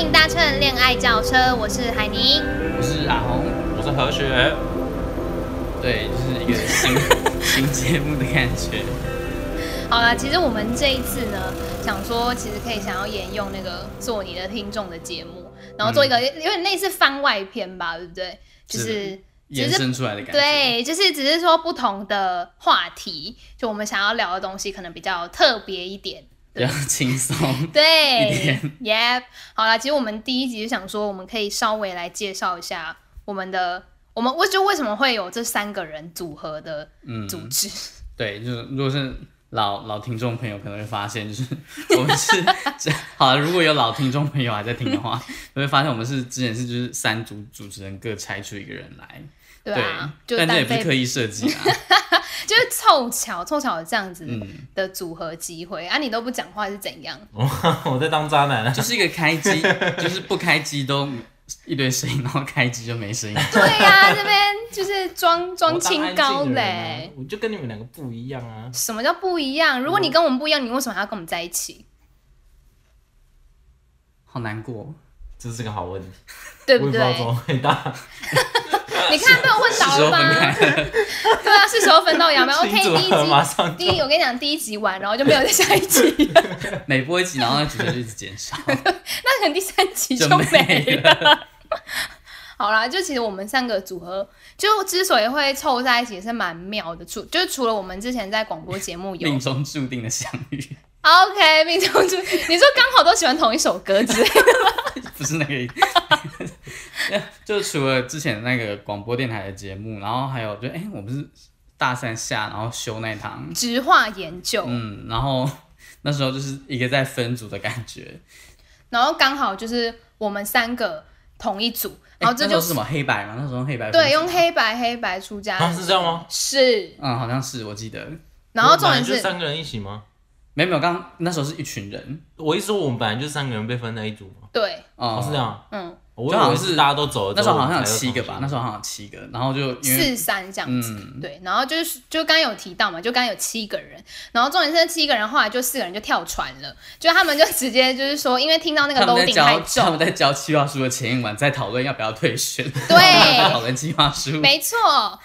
迎搭乘恋爱轿车，我是海宁。我是阿红，我是何雪，对，就是一个新新节目的感觉。好啦，其实我们这一次呢，想说其实可以想要沿用那个做你的听众的节目，然后做一个有点类似番外篇吧，对不对？就是嗯是只延是伸出来的感觉，，对，就是只是说不同的话题，就我们想要聊的东西可能比较特别一点。比较轻松。 一对点，Yep。好啦，其实我们第一集就想说，我们可以稍微来介绍一下我们的，我们我就为什么会有这三个人组合的嗯，组织。对，就是如果是老老听众朋友可能会发现，就是我们是 这好，如果有老听众朋友还在听的话，你会发现我们是之前是就是三组主持人各拆出一个人来，对啊，就但这也单不是飞刻意设计啊， 就是凑巧凑巧有这样子嗯，的组合机会、啊！你都不讲话是怎样？ 我在当渣男啊就！是一个开机，就是不开机都 一堆声音，然后开机就没声音。对呀、这边就是装装我当清安静高的人嘞、啊，我就跟你们两个不一样啊！什么叫不一样？如果你跟我们不一样，你为什么还要跟我们在一起？好难过，哦这是个好问题，对我不也不知对？道怎么回答。你看被我问是倒时候了分吗？开了。对啊，是时候分道扬镳。OK， 新组第一合马集，啊上第一我跟你讲，第一集完，然后就没有再下一集，每播一集，然后那主持人就一直减 少，那可能第三集就就没没了。了。好啦，就其实我们三个组合，就之所以会凑在一起是蛮妙的，除就是除了我们之前在广播节目有命中注定的相遇， OK，命中注定。你说刚好都喜欢同一首歌之类的，不是那个意思。 就除了之前那个广播电台的节目，然后还有就哎、我们是大三下，然后修那一堂， 直化研究，嗯，然后那时候就是一个在分组的感觉。然后刚好就是我们三个同一组，哎然后这那时就候是什么黑白嘛？那时候用黑白分对组用黑白黑白出家哦啊，是这样吗？是，嗯，好像是我记得，然后我们重本来点就是三个人一起吗？没有没有，刚那时候是一群人，我一说我们本来就三个人被分在一组嘛，对，哦、哦是这样啊。嗯，我就好以像为是大家都走了之那时后候我好们像有才又重新，七个吧，那时候好像有七个，然后就因为四三这样子，嗯对，然后就是就刚刚有提到嘛，就刚刚有七个人，然后重点是那七个人后来就四个人就跳船了，就他们就直接就是说，因为听到那个他楼们在顶太交他重们，在交计划书的前一晚在讨论要不要退选， 对在讨论计划书，没错，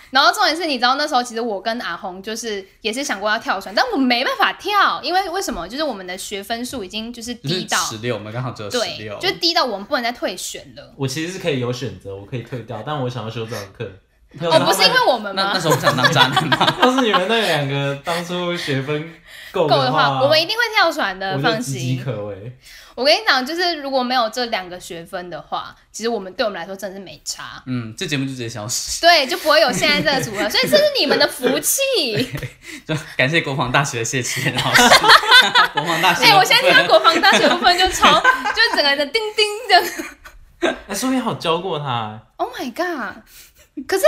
然后重点是，你知道那时候其实我跟阿红就是也是想过要跳船，但我没办法跳，因为为什么？就是我们的学分数已经就是就低是到，十六，我们刚好只有十对六，，就低到我们不能再退选了。我其实是可以有选择，我可以退掉，但我想要修这堂 课。哦，不是因为我们那吗那？时候我想当渣男 嘛， 要是你们那两个当初学分够够的的话，我们一定会跳船的，我就放岌岌心。可危。我跟你讲，就是如果没有这两个学分的话，其实我们对我们来说真的是没差，嗯，这节目就直接消失， 对，就不会有现在这个组合，所以这是你们的福气。就感谢国防大学的谢启贤老师， 国防大学，哎、我现在听到国防大学部分就超，就整个人叮叮的哎，说不定还有教过他， ，Oh my god！可是，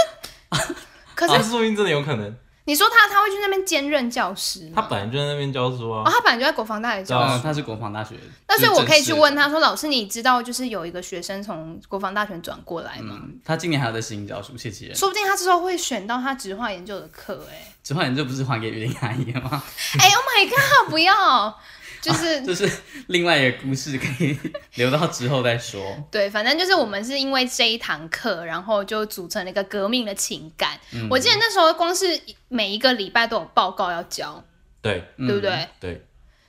可是啊，说不定真的有可能。你说他他会去那边兼任教师吗？他本来就在那边教书哦，啊，他本来就在国防大学教对书。嗯，他是国防大学，那所以我可以去问他，他说：“老师，你知道就是有一个学生从国防大学转过来吗？嗯，他今年还有在新教书，谢启贤，说不定他之后会选到他直化研究的课、欸。之后你这不是还给于林阿姨了吗？ 哎，哎，Oh my god！不要， 就是、这是另外一个故事，可以 留到之后再说。对，反正就是我们是因为这一堂课，然后就组成了一个革命的情感。我记得那时候光是每一个礼拜都有报告要交，对嗯对不对？对，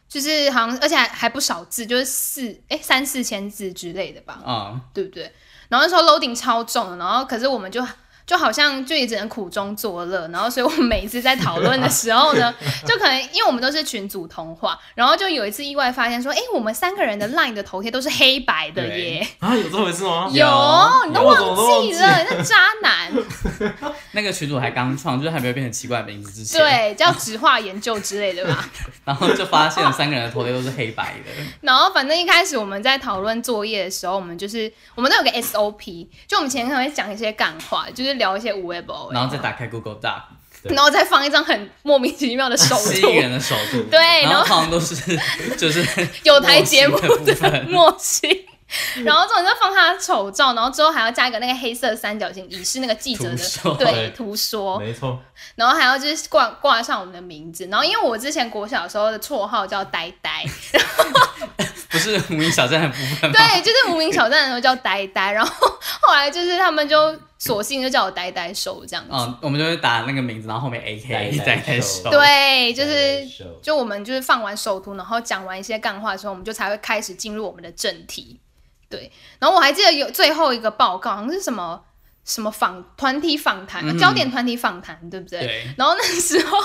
就是好像而且还还不少字，就是四哎三四千字之类的吧。啊、对不对？然后那时候 loading 超重的，然后可是我们就就好像就也只能苦中作乐，然后所以我们每一次在讨论的时候呢，就可能因为我们都是群组通话，然后就有一次意外发现说，哎，我们三个人的 line 的头贴都是黑白的对耶，啊，有这回事吗？有有你都有我怎么忘记都忘记了，那渣 男，那个群主还刚创，就是还没有变成奇怪的名字之前，，对，叫直化研究之类的吧。然后就发现三个人的头贴都是黑白 的，然后反正一开始我们在讨论作业的时候，我们就是我们都有个 SOP，就我们前面可能会讲一些干话，就是聊一些无微博，然后再打开 Google Doc，对然后再放一张很莫名其妙的手吸图，引人的手 度，对然然后后好像都是就是 有台节目默契的部的分，默契。然后总之放他的丑照，然后之后还要加一个那个黑色三角形，以示那个记者的图说对对图说，没错，然后还要就是挂挂上我们的名字。然后因为我之前国小的时候的绰号叫呆呆，不是无名小站的部分吗？对，就是无名小站的时候叫呆呆，然后后来就是他们就索性就叫我呆呆兽这样子。哦，我们就会打那个名字，然后后面 A K 呆在呆在手手。对，就呆呆是兽就我们就是放完首图，然后讲完一些干话之后，我们就才会开始进入我们的正题。对，然后我还记得有最后一个报告，好像是什么什么访团体访谈、嗯焦点团体访谈，对不对？对然后那时候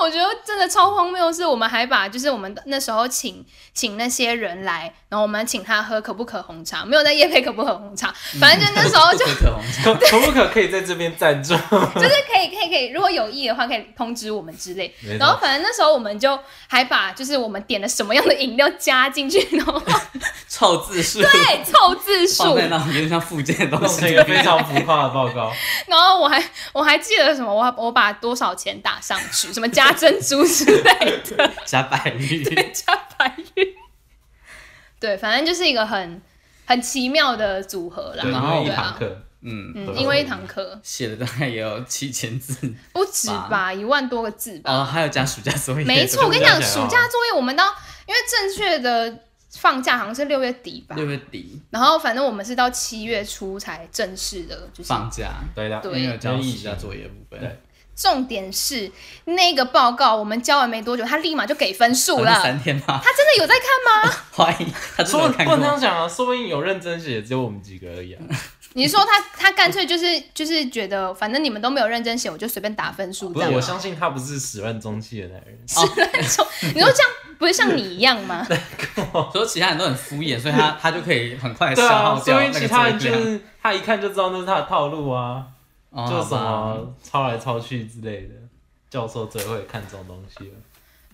我觉得真的超荒谬，是我们还把就是我们那时候请请那些人来，然后我们请他喝可不可红茶，没有在夜配可不可红茶，嗯反正就那时候就 可可红茶可可不可可以在这边赞助？就是可以可以可以，如果有意的话可以通知我们之类没。错然后反正那时候我们就还把就是我们点了什么样的饮料加进去，然后凑字数对凑字数放。在那种有点像附件的东弄西成一里个面，非常浮夸的报告，然后我还我还记得什么，我还我把多少钱打上去，什么加珍珠之类的，加百玉。 加白玉。对，反正就是一个很很奇妙的组合啦对，。然因后为一对堂啊，课，嗯，嗯，因为一堂课写了大概也有七千字，不止吧，一万多个字吧。然后还有加暑假作业。没错，我跟你嗯讲，哎这么讲起暑来哦假作业我们到，因为正确的放假好像是六月底吧，六月底然后反正我们是到七月初才正式的，就是放假，对啊的，对因为有交因为暑疫假情作业的部分。对重点是那个报告我们交完没多久，他立马就给分数好像了。三天吧， 他真的有在看吗？怀疑他真的说有不看能这过。样讲啊，说不定有认真写，只有我们几个而已啊。你说他他干脆就是就是觉得反正你们都没有认真写，我就随便打分数不这是，样我。相信他不是始乱终弃的男 人。你说像不是像你一样吗？说其他人都很敷衍，所以他他就可以很快地对消啊，耗说掉不那定个其他人作就业量是他一看就知道那是他的套路啊，哦就什好吧么抄来抄去之类的。教授最会看这种东西了。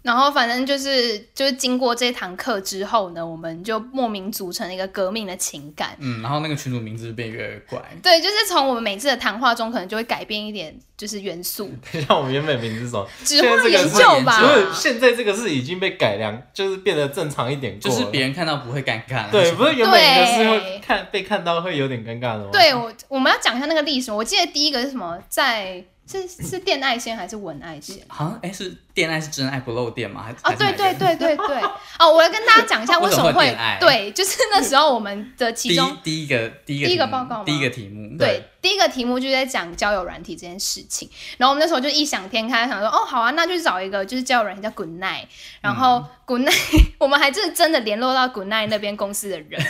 然后反正就是就是经过这堂课之后呢，我们就莫名组成了一个革命的情感。嗯，然后那个群主名字就变越来越怪，对，就是从我们每次的谈话中，可能就会改变一点，就是元素， 等一下，我们原本名字是什么？只会现研在这个究是吧。不是，现在这个是已经被改良，就是变得正常一点就过了，是别人看到不会尴尬。对，不是原本一个是会对看被看到会有点尴尬的 吗？，对我，我们要讲一下那个历史。我记得第一个是什么，在是是恋爱先还是文爱先？好像哎是恋爱是真爱不漏电吗？还啊，还是哪对个对对对对，哦，我来跟大家讲一下为 为什什么么会会恋爱对，就是那时候我们的其第一中第一个第一个第一个题目报告吗第一个题目对第一个题目就是在讲交友软体这件事情，然后我们那时候就异想天开，想说哦好啊，那就找一个就是交友软体叫 Good Night，然后 Good Night，、我们还真的真的联络到 Good Night 那边公司的人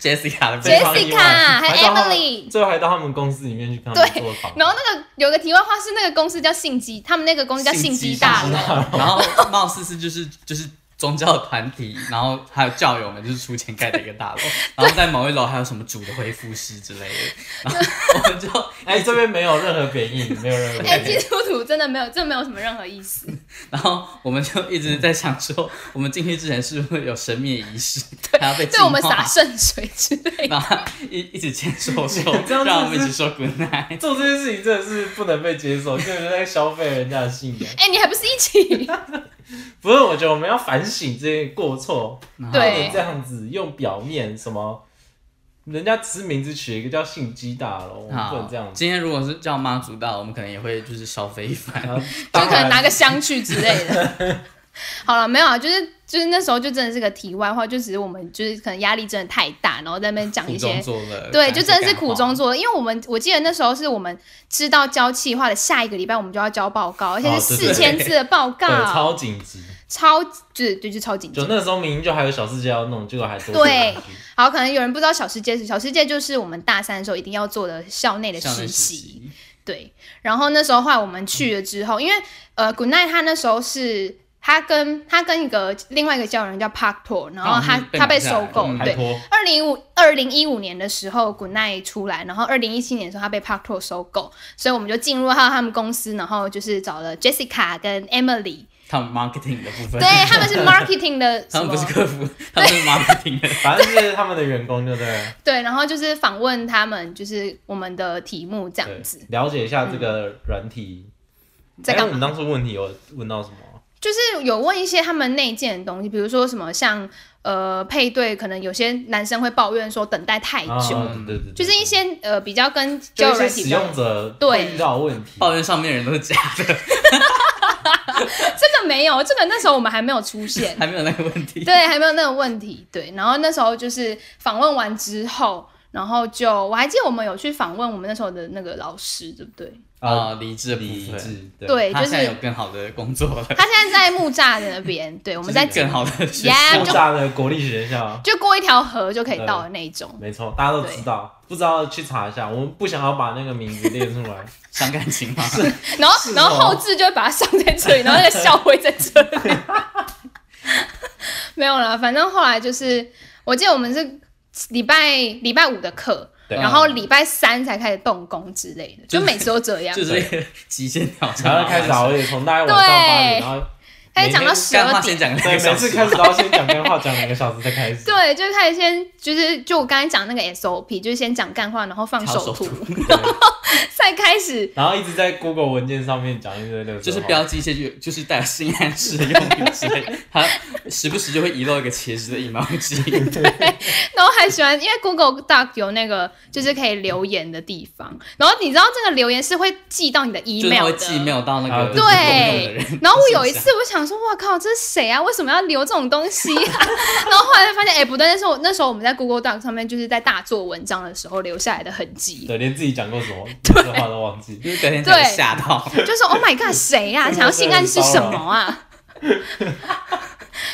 Jessica 的非被常意外 Jessica 还到他 Emily 最后还到他们公司里面去跟他们做访然后那个有个题外话是那个公司叫信基，他们那个公司叫信基大 楼，楼，然后貌似是就是就是宗教团体，然后还有教友们就是出钱盖的一个 大楼，然后在某一楼还有什么主的恢复师之类的，然后我们就哎、这边没有任何贬义，没有任何 哎、贬基义。督徒真的没有，这没有什么任何意思。然后我们就一直在想说，我们进去之前是不是有神秘仪式，还要 被对我们净化洒圣水之类的。然后一一直牵手说 这样，子让我们一起说 good night。做这件事情真的是不能被接受，根本就在消费人家的信仰。哎、你还不是一起？不是，我觉得我们要反省这些过错，对你这样子用表面什么，人家只是名字取一个叫信基大楼，我们不能好这样，子。今天如果是叫妈祖到，我们可能也会就是消 费一番。然后就当可能然拿个香去之类的。好了，没有啊，就是就是那时候就真的是个题外话，就只是我们就是可能压力真的太大，然后在那边讲苦一中些，作乐，对，就真的是感苦化中作乐。因为我们我记得那时候是我们知道交气化的下一个礼拜，我们就要交报告，而且是哦对四对千字的报告，对超紧急，超就是对，就超紧就张。那时候明明就还有小世界要弄，结果还多做对两句好，可能有人不知道小世界是小世界，就是我们大三的时候一定要做的校内的校实内实习。习，对，然后那时候后来我们去了之后，因为呃，Good Night 他那时候是他跟他跟一个另外一个教人叫 Park Tour，然后哦他、嗯被他被买下收来购，嗯还对。拖。二零五二零一五年的时候，Good Night 出来，然后二零一七年的时候，他被 Park Tour 收购，所以我们就进入到他们公司，然后就是找了 Jessica 跟 Emily，他们 marketing 的部分，对，他 们是 marketing 的他什们不么是？客服，他们是 marketing 的。反正就是他们的员工，就对了。对，然后就是访问他们，就是我们的题目 这样子，嗯对了解一下这个软体。在哎干我嘛们？当初问题有问到什么？就是有问一些他们内建的东西，比如说什么像呃配对，可能有些男生会抱怨说等待太久，啊对对对，哎就是一些呃比较跟就交一友些软体使比较用者对会遇到的问题。抱怨上面的人都是假的，这个没有，这个那时候我们还没有出 现，还没有那个问题。对，还没有那个问题，对。然后那时候就是访问完之后，然后就我还记得我们有去访问我们那时候的那个老师，对不对？啊，离职的理部分，智的对他就是现在有更好的工作了，他现在在木栅的那边，对，我我们在更好的学 Yeah 校爆。炸的国立学校，就过一条河就可以到的那一种。没错，大家都知道，不知道去查一下。我们不想要把那个名字列出 来，伤感情嘛，然后是哦然后后置就会把它上在这里，然后那个校徽在这里。 没有了，反正后来就是，我记得我们是礼拜礼拜五的课，对然后礼拜三才开始动工之类的，就每次都这样。啊嗯就是一个极限挑战。然后开始熬夜，从大概晚上八对点，然后开始讲到每天十干话二先点，讲两对，个小每次时，开始都要先讲电话，讲两个小时再开始。对，就开始先就是就我刚才讲那个 SOP，就是先讲干话，然后放调手手图，图，对，再开始然后一直在 Google 文件上面讲一堆的，就是标记一些就就是带有性暗示的用品之类，他时不时就会遗漏一个茄子的 emoji，然后还喜欢，因为 Google Doc 有那个就是可以留言的地方，然后你知道这个留言是会寄到你的就是他 email 会的。寄 mail 到那啊个对公用的对人，。 然后我有一信次，我想说，哇靠，这是谁啊？为什么要留这种东西、 啊？然后后来才发现，哎、不对，那时候那时候我们在 Google Doc 上面就是在大做文章的时候留下来的痕迹，对，连自己讲过什么这话都忘记。箱，因为隔天才会吓到，哦就是 Oh my God，谁 呀、想要性暗示什么啊？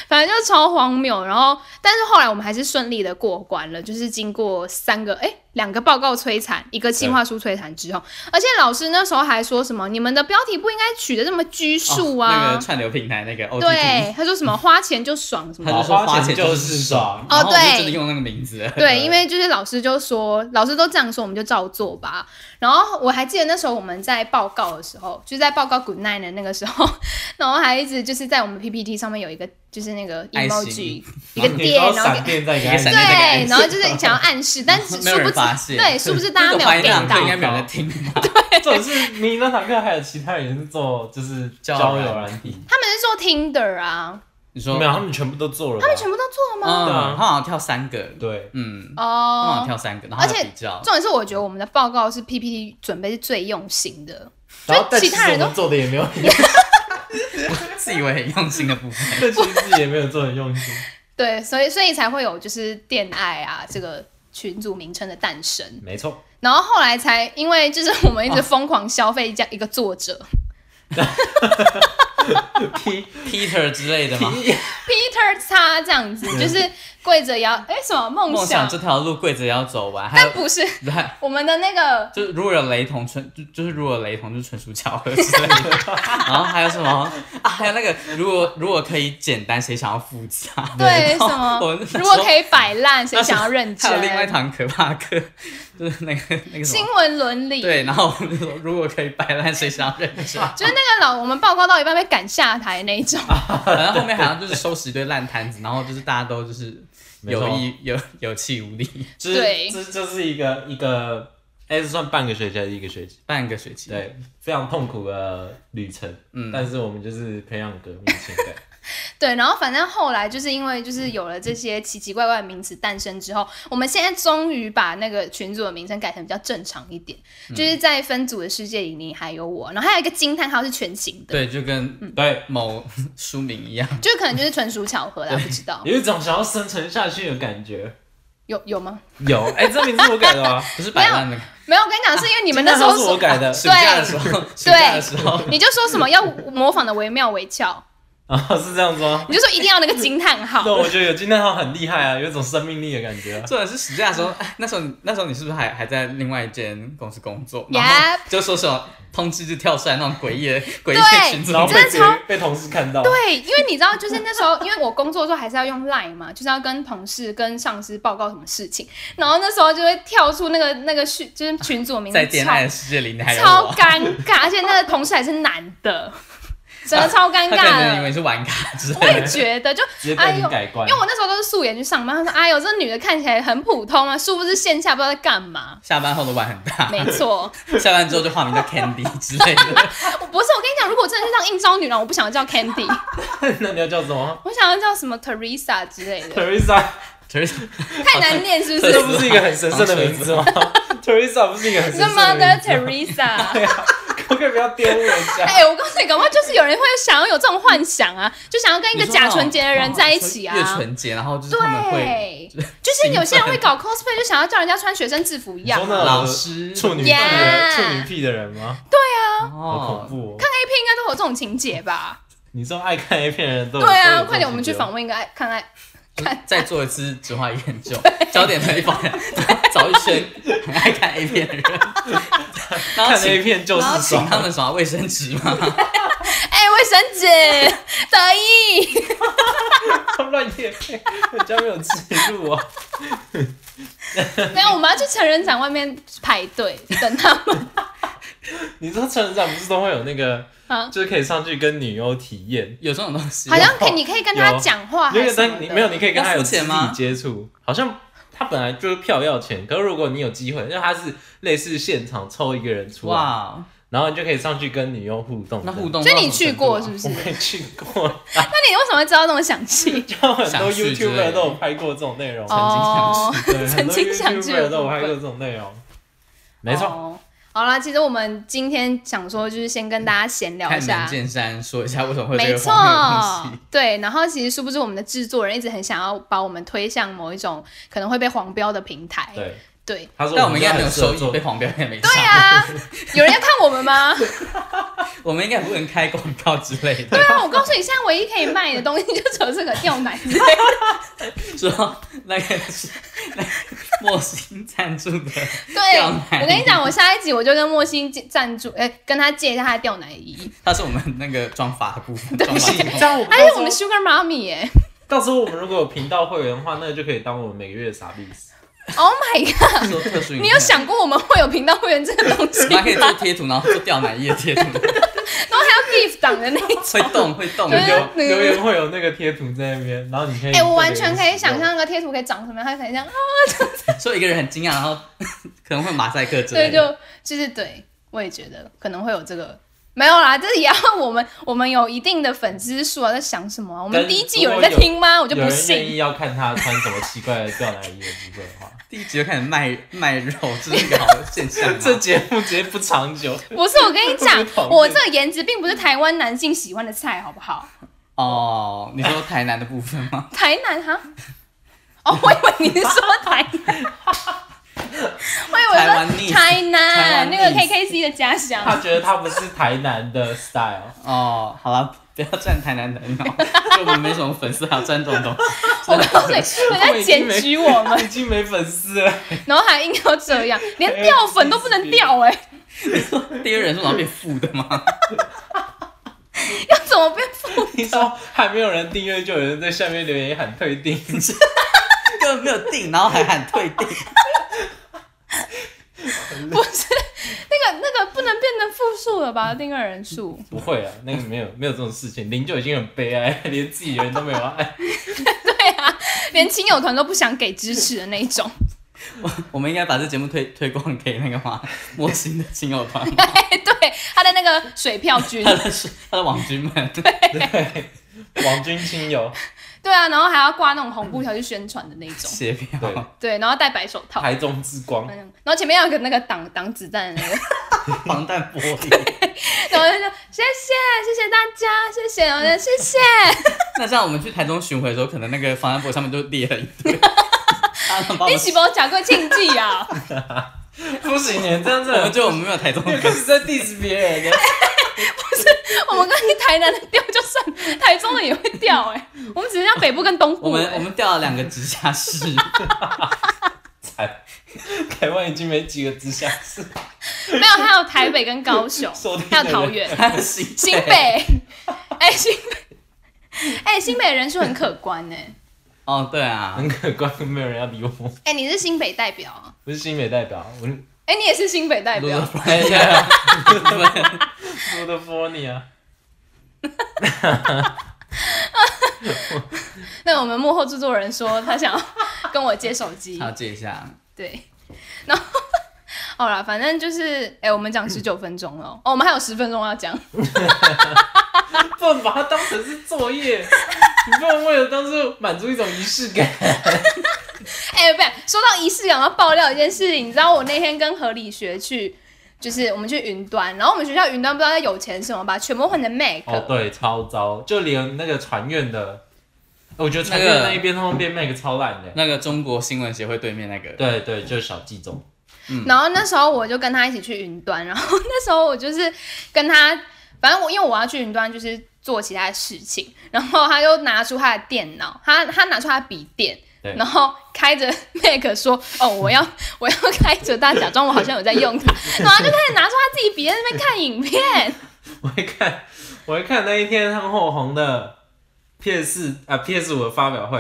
反正就超荒谬，然后但是后来我们还是顺利的过关了，就是经过三个哎两个报告摧残，一个计划书摧残之后，而且老师那时候还说什么你们的标题不应该取的这么拘束哦那啊，个串嗯流平台那个 OTT，对，他说什么花钱就爽什么 他的，就说花钱就就是是爽爽，哦然后我对就真的用那个名字了，对，因为就是老师就说，老师都这样说，我们就照做吧。然后我还记得那时候我们在报告的时候，就是在报告 Good Night 的那个时候， 然后还一直就是在我们 PPT 上面有一个就是那个爱 emoji 心一个你知道点，然后闪给电在一个闪给电那个暗对，示然后就是想要暗示，但是 殊没有不人知发现，对，殊不 知大家没有这个 get 班上应到。该没有人听吧？这种是明明那堂课还有其他人是做就是交交友友软体，他们是做 Tinder 啊，你说没有，他们全部都做了吧。他们全部都做嗯，吗？他好像跳三个，对，嗯，他好哦，像跳三个，然后还而有且比较，重点是我觉得我们的报告是 PPT 准备是最用心的，然后但其其实他我人都们做的也没有很用心， 自以为很用心的部分。但其实自己也没有做得很用心。对，所以所以才会有就是恋爱啊这个群组名称的诞生，没错，然后后来才因为就是我们一直疯狂消费这样一个作者、 P Peter 之类的 嘛。Peter 叉这样子，就是跪着也要哎什么梦梦想想，这条路跪着也要走完，还但有不是对，我们的那 个就是如果有雷同，纯就就是如果有雷同，就纯属巧合之类 的。然后还有什么啊？还有那个，如果如果可以简单，谁想要复杂？对啊 然后什么我那时，候如果可以摆烂，谁 那时候想要认还有另外一真？堂可怕课，就是那个那个什新么。闻伦理，对，然后我们就说，如果可以摆烂，谁想要认真？ 就是那个老我们报告到一半被赶下台那一种，然后后面好像就是收拾一堆烂摊子，然后就是大家都就是没错有意有有气无力，这对这这是一个一个，哎，是算半个学期还是一个学期？半个学期。对，非常痛苦的旅程。嗯，但是我们就是培养革命情感。对，然后反正后来就是因为就是有了这些奇奇怪怪的名词诞生之后，我们现在终于把那个群组的名称改成比较正常一点，嗯就是在分组的世界里，你还有我，然后还有一个惊叹号是全形的，嗯对，就跟对，某书名 一样。就可能就是纯属巧合啦，不知道有一种想要生存下去的感觉。有有吗？有，哎，这名字我改的吗？不是摆烂的，没有，我跟你讲，是因 为你们那时都候是我改的。暑假的时候，暑假的时候，你就说什么要模仿的惟妙惟肖，啊，是这样子吗？你就说一定要那个惊叹号那，我觉得有金蛋号很厉害啊，有一种生命力的感 觉啊。重点是暑假的时候，哎那时候你那时候你是不是还还在另外一间公司工作？ Yep 然后就说什么通知就跳出来那种诡异的诡对异的群组然后里面，被真的超别被同事看哦到，对，因为你知道，就是那时候，因为我工作的时候还是要用 Line 嘛， 就是要跟同事、跟上司报告什么事情，然后那时候就会跳出那个 那个群，就是群组名字在恋爱超的世界里，你还有超我。尴尬，而且那个同事还是男 的，真的超尴他可能尬以的。为是玩卡之我类也的，觉得，就直接哎被你呦，改观因为。我那时候都是素颜去上班，他说：“哎呦，这女的看起来很普通啊，殊不知线下不知道在干嘛。下班后的碗很” 大，没错，下班之后就化名叫 Candy 之 类的，我不是我跟你讲，如果真的是这样应招女郎，我不想要叫 Candy， 那你要叫什么我想要叫什么 Teresa 之类的， ？Teresa，就是太难念是不是这？ 不是一个很神圣的名字吗？Teresa 不是一个很你神说圣的名 Mother 字吗。 Teresa，我可以不要玷污人 家。哎、我告诉你，搞不好就是有人会想要有这种幻想啊，就想要跟一个假纯洁的人在一起啊。哦越纯洁，然后就是他们会对，就是有些人会搞 cosplay，就想要叫人家穿学生制服一样你啊。说那老师处女屁的 Yeah 处女屁的人吗？好哦恐，怖哦！ A 片应该都有这种情节吧？你说爱看 A 片的人都有对都有啊，这种快点，我们去情节哦访问一个爱看爱。再做一次植化研究，找点陪访，找一圈很爱看 A 片的人，然后看 A 请片就然是后请爽。他们啊耍卫生纸吗？哎、卫生纸，得意，他们 乱夜配，人家没有记录啊。没有，我们要去成人展外面排队等他们。 你知道成人展不是都会有那个啊，就是可以上去跟女优体验，有这种东西？好像可以，你可以跟他有讲话啊你还有是什在么你的。没有，你可以跟她有要付肢钱体吗接触，好像他本来就是票要钱，可是如果你有机会，因为他是类似现场抽一个人出来，哇，然后你就可以上去跟女优互动。那互，动，所以你去过是不是？我那没去过，你为什么会知道那么详细？就很多想去之类 YouTuber 的都有拍过这种内容，哦， 对，很曾多经想去 YouTuber 的都有拍部过分这种内容，没错。哦好啦，其实我们今天想说，就是先跟大家闲聊一看下门，见山，说一下为什么会有这没个错荒谬的东西。， 对。然后其实殊不知，我们的制作人一直很想要把我们推向某一种可能会被黄标的平台。对，对他说但我们应该没很有适合收益，做被黄标也没对差。啊，有人要看我们吗？ 我们应该不能开广告之类对的，啊，我告诉你，现在唯一可以卖的东西就只有这个吊 奶之类的。说那个是那个莫星赞助的，对，吊奶我跟你讲，我下一集我就跟莫欣借赞助，哎、跟他借一下他的吊奶 衣。他是我们那个装法的部分，装法不行系，统这样我们还有到哎我们时 Sugar Mommy 哎、候到时候我们如果有频道会员的话，那个就可以当我们每个月的傻逼。 o h Oh my god！做特殊影片。你有想过我们会有频道会员这个 东西，我们还可以做贴图，然后做吊奶液贴图， 然后还要 beef 党的那一种。会动会动对。啊留那个留言会有那个贴图在那边，然后你可以。哎、我完全可以想。象那个贴图可以长什么样，他可能这样，啊所以一个人很惊讶，然后 可能会马赛克 之对，类就的。就是对，我也觉得可能会有这个。没有啦，这也要 我们我们有一定的粉丝数啊，在想什么啊？我但们是第一季如有果人在有听吗？我就有不人愿信。意要看他穿什么奇怪的吊奶衣的部分的话， 第一集就开始卖卖肉，这是一个好的现象啊。这节目直接不长久。不是，我跟你我讲讨，厌我这个颜值并不是台湾男性喜欢的菜，好不好？哦，你说台南的部分吗？台南哈？哦，我以为你是说台南，我以台湾为逆说台台南湾那逆个 KKC 的家乡。他觉得他不是台南的 style，哦，好了，不要站台南人哦，就我们没什么粉丝，还要站这种东西。 我告诉你，人他家们已检经没举我们，已经没粉丝了。然后还硬要这样，连掉粉都不能掉哎、第二人数然后变负的吗？要怎么变负？听说还没有人订阅，就有人在下面留言喊退 订，根本没有定，然后还喊退订。不是那个那个不能变成负数了吧？订阅人数，不会啊，那个没有没有这种事情，零就已经很悲哀，连自己人都没有 爱。对啊，连亲友团都不想给支持的那一种。 我们应该把这节目推推广给那个嘛，模型的亲友团， 哎，对，他的那个水票君他，的是他的网军们。对，网军亲友，对啊，然后还要挂那种红布条去宣传的那种，写对票，对，然后戴白手套，台中之光嗯，然后前面要有一个那个挡挡子弹的那个，防弹玻璃。然后就说谢谢谢谢大家，谢谢，然后就谢谢， 那像我们去台中巡回的时候，可能那个防弹玻璃上面就列了一 堆，他们把我一们起帮我讲过庆忌啊，不行，你这样子我们就我们没有台中的开始在 diss 别人了。 我们跟台南的掉就算，台中的也会掉 哎、我们只是像北部跟东部、我们哎我们调了两个直辖市，台台湾已经没几个直辖市，没有，还有台北跟高 雄收听，的还有人桃园、还有新新北， 哎、新北，哎、新北人数很可观哎、哦，对啊，很可观，没有人要理我。哎、你是新北代表啊？我是新北代表，我是哎、你也是新北代如果表，哎呀， 我的 f o n 啊，那我们幕后制作人说他想要跟我接手机，了解一下，对，然后 好啦，反正就是，哎、我们讲十九分钟了哦，哦，我们还有十分钟要讲，不能把它当成是作 业，你不能为了当做满足一种仪式感。哎、不是，说到仪式感，我要爆料一件事情，你知道我那天跟何理学去。就是我们去云端，然后我们学校云端不知道在有钱什么，把全部换成 Mac，、哦，对，超糟，就连那个船院的，我觉得船院那一边通通变 Mac 超烂的。那个中国新闻协会对面那个，对对，就是小季总，然后那时候我就跟他一起去云端，然后 那时候我就是跟他，反正我因为我要去云端就是做其他的事情，然后他就拿出他的电脑，他他拿出他的笔电。对然后开着 Mac 说：“哦，我要我要开着它，假装我好像有在用 它。”然后他就开始拿出他自己笔在那边看影片。我会看，我会看那一天很火红的 PS 啊 PS 五的发表会，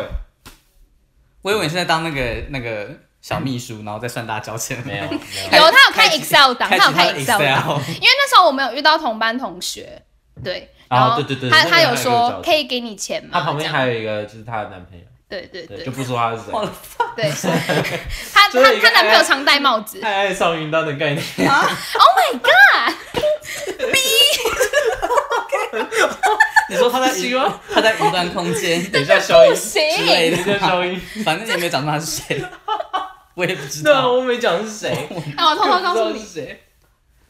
我以为你是在当那个那个小秘书，然后再算大家交钱。没有，没有开有，他有开开启 Excel 档，开他启有开他的 Excel 档， Excel，因为那时候我们有遇到同班同学，对，然啊后对对对他那个他有还有一个说角色可以给你钱吗？她旁边这样还有一个就是她的男朋友，对对对，对就不说他是谁， 对， 她就是她一个她男朋友常戴帽子。太爱上云端的概念， 你说他在喜云欢他在云端空 间等一下消音，行，之类等一下的，消音，反正你也没讲到他 是谁，我也不知 那道。我没讲是谁，那我偷偷告诉你你，是谁，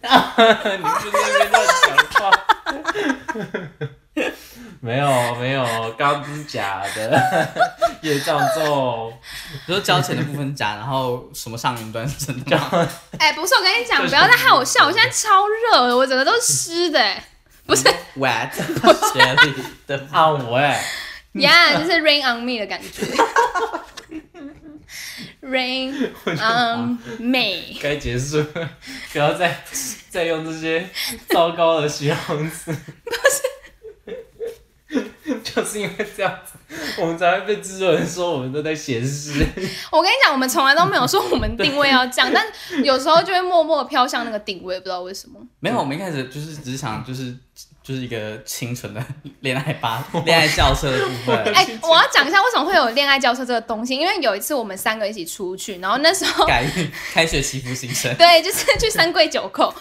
你就在那边乱讲话。 没有没有，刚刚不是假的， 业障 重，你说交钱的部分假，然后什么上云端是真的吗？哎，不是，我跟你讲，就是不要再害我笑，我现在超热的，我整个都是湿的，哎不嗯是 wet jelly 的部分按我哎、呀，就是 rain on me 的感觉 ，rain on me。该结束 了，不要再再用这些糟糕的形容词。 就是因为这样子，我们才会被制作人说我们都在闲 事。我跟你讲，我们从来都没有说我们定位要这样，但有时候就会默默地飘向那个定位，不知道为什么。 没有，我们一开始就是只是想就是就是一个清纯的恋爱吧，恋 爱教车的部分，哎、我要讲一下为什么会有恋爱教授这个东西，因为有一次我们三个一起出去，然后那时 候改运开学祈福行 程，对，就是去三跪九叩，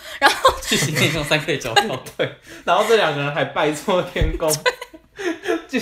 去行天用三跪九叩。哦对，然后这两个人还拜错天 公，就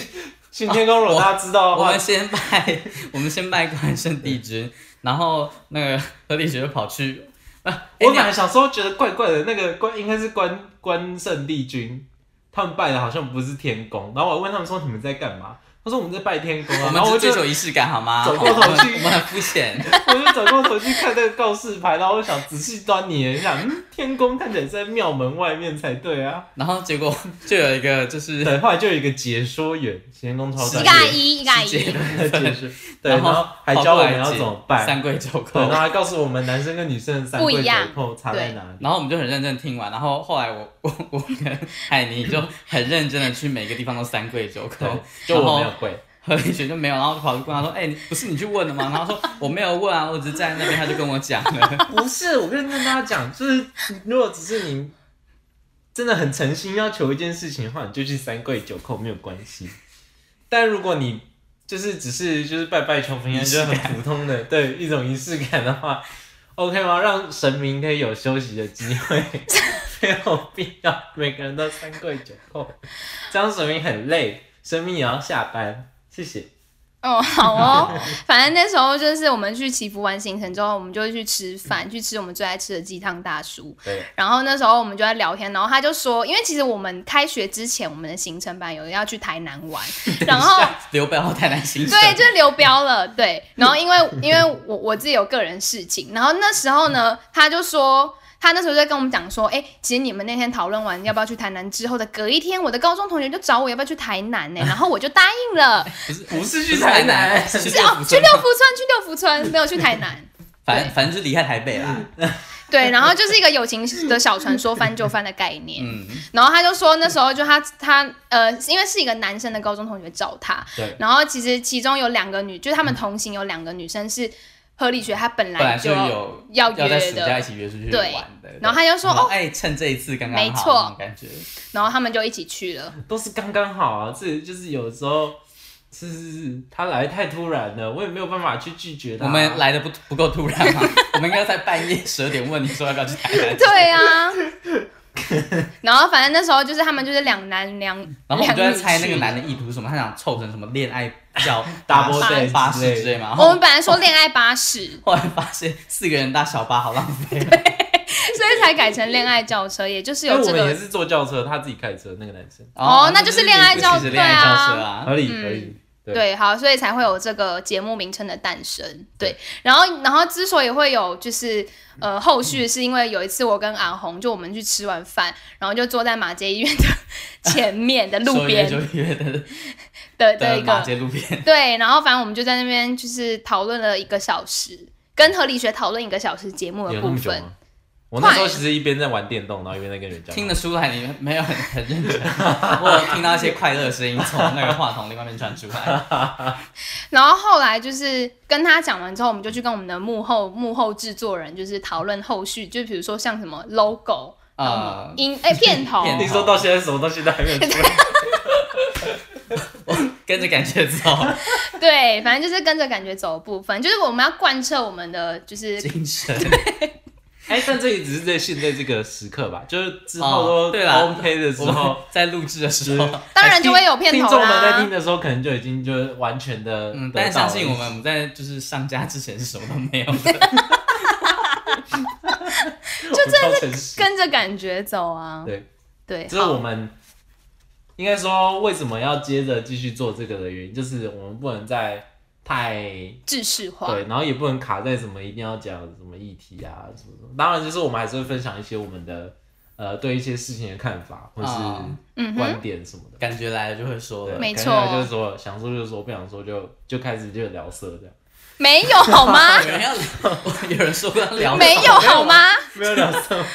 信天公如果大家知道的哦我话们，先拜，我们先拜关圣帝嗯君，然后那个何立学就跑去，啊，哎我你本来想说觉得怪怪的，那个关应该是关关圣帝君，他们拜的好像不是天公。然后我问他们说你们在干嘛？他说我们在拜天公啊。我然们后只我追就求仪式感好吗？走我过们头去我们很肤浅， 我就转过头去看那个告示牌，然后我想仔细端倪一下，嗯，天宫看起来是在庙门外面才对啊。然后结果就有一个就是对，后来就有一个解说员，天宫超一专是啊个业一，一个世界一。的部的解分，说， 对，然后还教我们要跑过来怎么办，三跪九对，然后叩。还告诉我们男生跟女生的三不跪一九样叩差在哪里。然后我们就很认真听完，然后后来我 我我跟海尼就很认真的去每个地方都三跪九对叩，，就然我后没有跪，何立学就没有，然后就跑去跟他说：“哎、你不是你去问的吗？”然后他说：“我没有问啊，我只是站在那边。”他就跟我讲 了，不是，我跟跟大家讲，就是如果只是你真的很诚心要求一件事情的话，你就去三跪九叩没有关系。但如果你就是只是就是拜拜求平安，就是很普通的对一种仪式感的话，OK 吗？让神明可以有休息的机会， 没有必要每个人都三跪九叩，这样神明很累，神明也要下班。谢谢。哦，好哦，反正那时候就是我们去祈福完行程之后，我们就去吃饭，去吃我们最爱吃的鸡汤大叔。对，然后那时候我们就在聊天，然后他就说，因为其实我们开学之前，我们的行程班有要去台南玩，然后刘备后太难心 疼。对，就是流标了，对。然后因为因为我我自己有个人事情，然后那时候呢，他就说。他那时候就在跟我们讲说，哎、其实你们那天讨论完要不要去台南之后的隔一天，我的高中同学就找我要不要去台南呢、然后我就答应 了，不是不是不去是台台南南，是去是哦，去去六福村，去六福村，没有去台南。反正反正就是离开台北啦。对，然后就是一个友情的小船说翻就翻的概念。嗯，然后他就说那时候就他他呃，因为是一个男生的高中同学找他对，然后其实其中有两个女，就是他们同行有两个女生是何理学，她本嗯本来来就就有要要约在暑假的一，起约出去对玩的。然后他就说然后哦，哎，趁这一次刚刚没好错那种感觉。然后他们就一起去了。都是刚刚好啊，这就是有时候是是是，他来太突然了，我也没有办法去拒绝他。我们来的不不够突然 嘛，我们应该在半夜十二点问你说要不要去台南，对 啊。然后反正那时候就是他们就是两男两然后我两们就在女猜那去个男的意图是什么，他想凑成什么恋爱叫 Double 八 date 八之十类的之类嘛。然我后们本来说恋爱巴士，后来发现四个人搭小巴好浪费，所所以才改成恋爱轿车，也就是哎，有我这们个也是坐轿车，他自己开车，那个嗯男生 哦那就是恋爱就教是恋爱对教啊车啊，合理嗯合理，对，好，所以才会有这个节目名称的诞生。对，然后，然后之所以会有就是呃后续，是因为有一次我跟阿红，就我们去吃完饭，然后就坐在马街医院的前面 的路说约边就约的的 的的一马个街路边， 对，然后反正我们就在那边就是讨论了一个小时，跟何理学讨论一个小时节目的有嗯那部么久分。吗？我那时候快其实一边在玩电动，然后一边在跟人 家听得出来你没有很很认 真，我有听到一些快乐的声音从那个话筒另外一边传 出来。然后后来就是跟他讲完之后，我们就去跟我们的幕后幕后制作人就是讨论后续，就比如说像什么 logo 啊音 哎、片头。片头你说到现在什么东西都还没有出来，跟着感 觉走，对，反正就是跟着感觉走的部分，就是我们要贯彻我们的 就是精 神 哎，但这也只是在现在这个时刻吧，就是之哦后都对啦 OK 的时我们候，在录制的时候，当然就会有片头啊啦听众们在听的时候，可能就已经就是完全的，嗯，得到但了相信我们，我们在就是上架之前是什么都没有的，就 真的是跟着感觉走啊。对，对，这是我们应该说为什么要接着继续做这个的原因，就是我们不能再太制式化。对，然后也不能卡在什么一定要讲什么议题啊什么什么。当然，就是我们还是会分享一些我们的呃对一些事情的看法或啊嗯是观点什么 的。感觉来了就会说对了。没可能错就是说想说就说，不想说就就开始就聊色 这样，没有好 吗？哦有人要聊， 有人说要聊，啊没有好吗？没有聊色，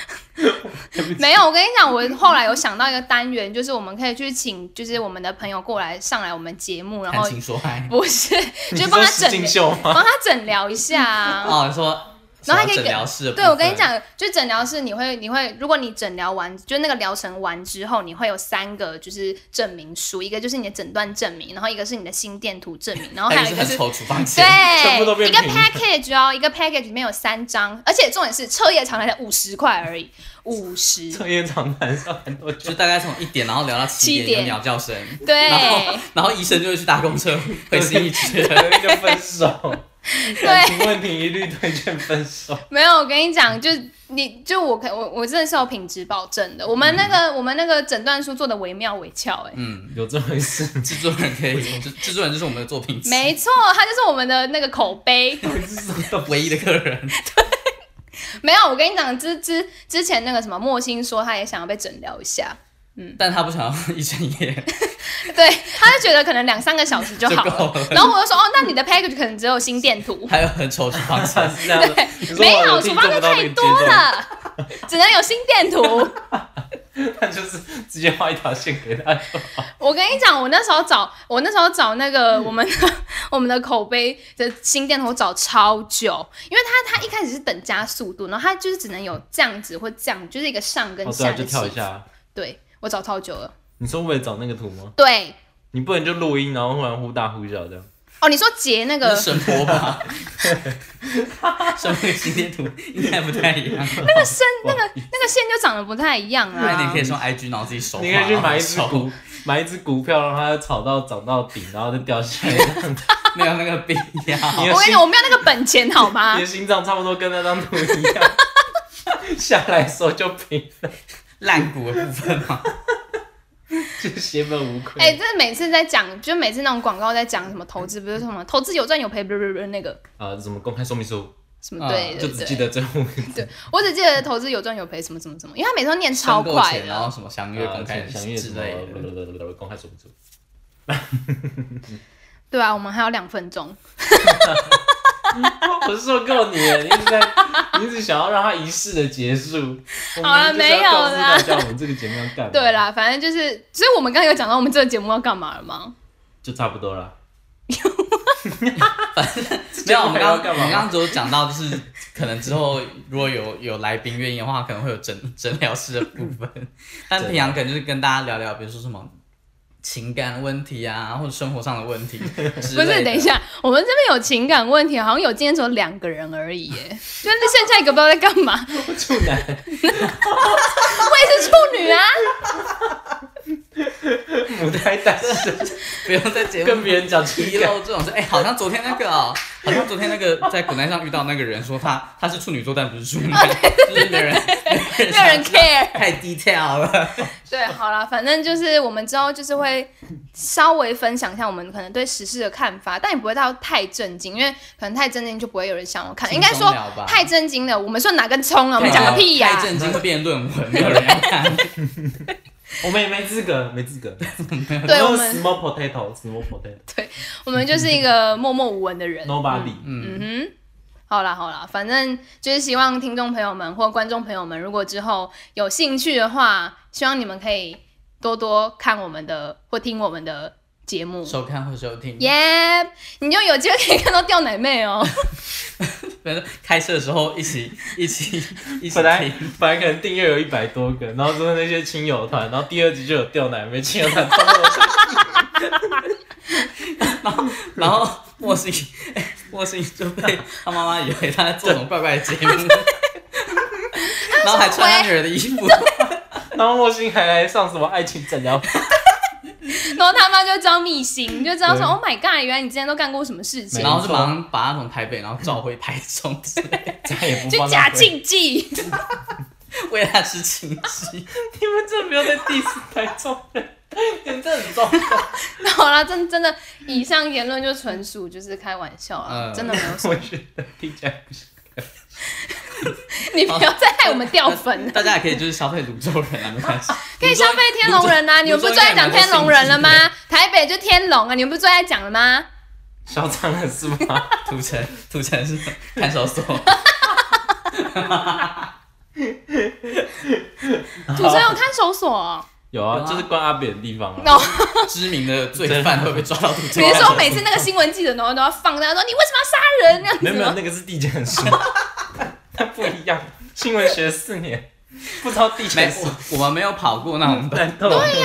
没有，我跟你讲，我后来有想到一个单元，就是我们可以去请，就是我们的朋友过来上来我们节目，然谈后情说爱不是， 你就是帮说他实整境理，秀吗？ 帮他诊疗一下啊。哦，说然后还可以说诊给疗室的部分，对，我跟你讲，就诊疗室你会你会，如果你诊疗完，就那个疗程完之后，你会有三个就是证明书，一个就是你的诊断证明，然后一个是你的心电图证明，然后还还有有一一个个是是。丑处方笺，全部都对，变一个平 package 哦，一个 package 里面有三张，而且重点是彻夜长谈才五十块而已，五十，创业长谈上很多就大概从一点然后聊到七七点点有鸟叫声，然后对，然后医生就会去搭 公车回新一区。那个分手，感情问题一律推荐分手。没有，我跟你讲，就你就我可我我真的是有品质保证的，我们那嗯个、我们那个诊断书做的惟妙惟肖、哎、嗯，有这回事？制作人可以，制制作人就是我们的作品集没错，它就是我们的那个口 碑。唯一的客人，没有，我跟你讲，之之之前那个什么莫欣说，他也想要被诊疗一下，但他不想要一整夜，对，他就觉得可能两三个小时就 好就够了了。然后我就说，哦，那你的 package 可能只有心电图，还有很丑处 方笺。是这样的，你说没我有，听处方笺做不到太那个多阶段，了，只能有心电图。 他就是直接画一条线给他。我跟你讲，我那时候找我那时候找那个嗯我们的 我们的口碑的心电图找超久，因为他他一开始是等加速度，然后他就是只能有这样子或这样，就是一个上跟哦，对下啊，的就起伏、跳一下。对我找超久了，你说为了找那个图吗？对。你不能就录音，然后忽然忽大忽小这样。哦，你说截那个是声波吧， 声波跟心电图应该不太一 样。那个身哇那个那个线就长得不太一样啊那你啦可。以用 IG 然后自己手画，你可以去买一只手股， 买一只股票，让它炒到涨到顶，然后再掉下来。这样没 有那个啊必要。 你啊我的跟你心讲，，我没有那个本钱好吗 你的？心脏差不多跟那张图一样， 下来的时候就平，烂股的部分嘛，就血本无哎、归。这每次在讲，就每次那种广告在讲什么投资，不是什么投资有赚有赔，不不不那个啊，怎么公开说明书？什么对啊就对只记对，得最后五个字。对我只记得投资有赚有赔什么什么什么，因为他每次都念 超申购快前然后的。什么详阅公开啊详阅之类的。的，公开说不出。对啊，我们还有两分钟。我是说够你了，你一直在，你一直想要让它仪式的结束。 好了没有啦了。叫我们这个节目要干嘛？对，啦，反正就是，所以我们刚刚有讲到我们这个节目要干嘛了吗？就差不多 了。 没有，我们刚这节目还要干我嘛们刚刚只有讲到，就是可能之后如果有有来宾愿意的话，可能会有诊诊疗师的部分。 但平常可能就是跟大家聊聊，比如说什么情感问题啊，或者生活上的问题之不类的。是，等一下，我们这边有情感问题，好像有今天只有两个人而已耶，就是剩下一个不知道在干嘛。处男我也是处女 啊。母胎单身，不用在节目跟别人讲情 遗感，漏这种事。哎、好像昨天那个哦、好像昨天那个在滚蛋上遇到那个人说他他是处女座，但不是处女，就是没有人没没有人 care。太 detail 了。对，好啦，反正就是我们之后就是会稍微分享一下我们可能对时事的看法，但也不会到太震惊，因为可能太震惊就不会有人想要看。应该轻松说聊吧太震惊了，我们说哪根葱啊了？我们讲个屁呀、太震惊会变论文，没有人要 看。我们也没资格，没资格。对我们 small potato，small potato，nobody。 我们就是一个默默无闻的人。嗯，嗯哼，好啦好啦，反正就是希望听众朋友们或观众朋友们，如果之后有兴趣的话，希望你们可以多多看我们的或听我们的节目。收看或收听，耶你就有机会可以看到吊奶妹 哦。反正开车的时候一起一起一起本来听。本来可能订阅有一百多个，然后就是那些亲友团，然后第二集就有掉奶妹亲友团，然后莫欣，哎莫欣就被他妈妈以为他在做什么怪怪的节目，然后还穿他女儿的衣服，然后莫欣还来上什么爱情诊疗，然后他妈就招密星，你就知道说对，Oh my god，原来你之前都干过什么事情没然，后就马上把他从台北，然后召回台中之类的，再也不 去放假那回。竞技。为他吃青鸡。你们真的不要再 diss 台中人，你们真的很糟糕。 好啦，真真的，以上言论就纯属就是开玩笑啊，嗯真的没 有什么我。觉得听起来不是。你不要再害我们掉粉了，大家也可以就是消费泸州人啊，没关系。可以消费天龙人啊！你泸州们不是最爱讲天龙人了吗泸州应该？台北就天龙啊，你们不是最爱讲了 吗？嚣张了是吗？土城，土城是看守所，哦主持人有看守所哦， 有有啊，啊就是关阿扁的地方啊。哦知名的罪犯会被抓到土城比。如说每次那个新闻记者，然后都要放大家说你为什么要杀人没那样子有没有，吗？啊那个是地检署，它不一样。新闻学四年，不知道地没检署。我我们没有跑过那种，对呀，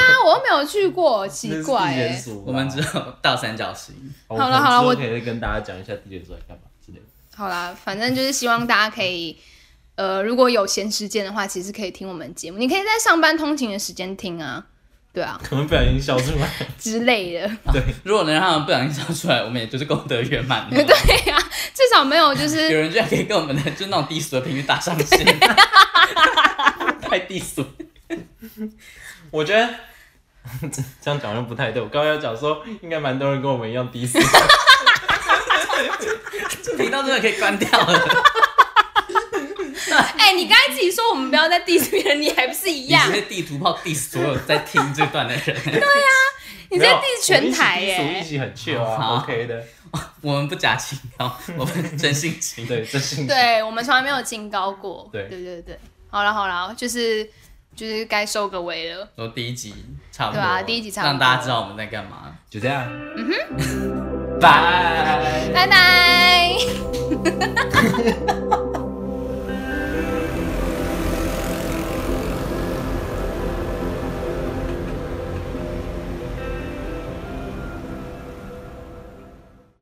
啊，我又没有去过，奇怪那是地哎检。署啊我们只有到三角形。好好了好了我我可能之后可以再跟大家讲一下地铁出来干嘛之类的。好啦，反正就是希望大家可以，呃，如果有闲时间的话，其实可以听我们节目，你可以在上班通勤的时间听啊，对啊可能不小心笑出来，之类的， 如果能让他们不小心笑出来，我们也就是功德圆满 了。对呀、至少没有就有 是人居然可以跟我们的就那种低俗的频率搭上线，太低俗。我觉得这这样讲又不太对。我刚刚要讲说，应该蛮多人跟我们一样低俗，这频道真的可以关掉了，哎、你刚才自己说我们不要再 diss 别人，你还不是 一你样直？接地图炮 diss 所有在听这段的人。你没在有 diss 全台耶、我们一起低俗一起很 chill 好啊，OK 的。我们不假情 调，我们真性情。对，这是对我们从来没有清高过，对对对对，好了好了，就是就是该收个尾了。说第一集差不多，对啊第一集差不多让大家知道我们在干嘛。就这样。嗯哼，拜。拜拜。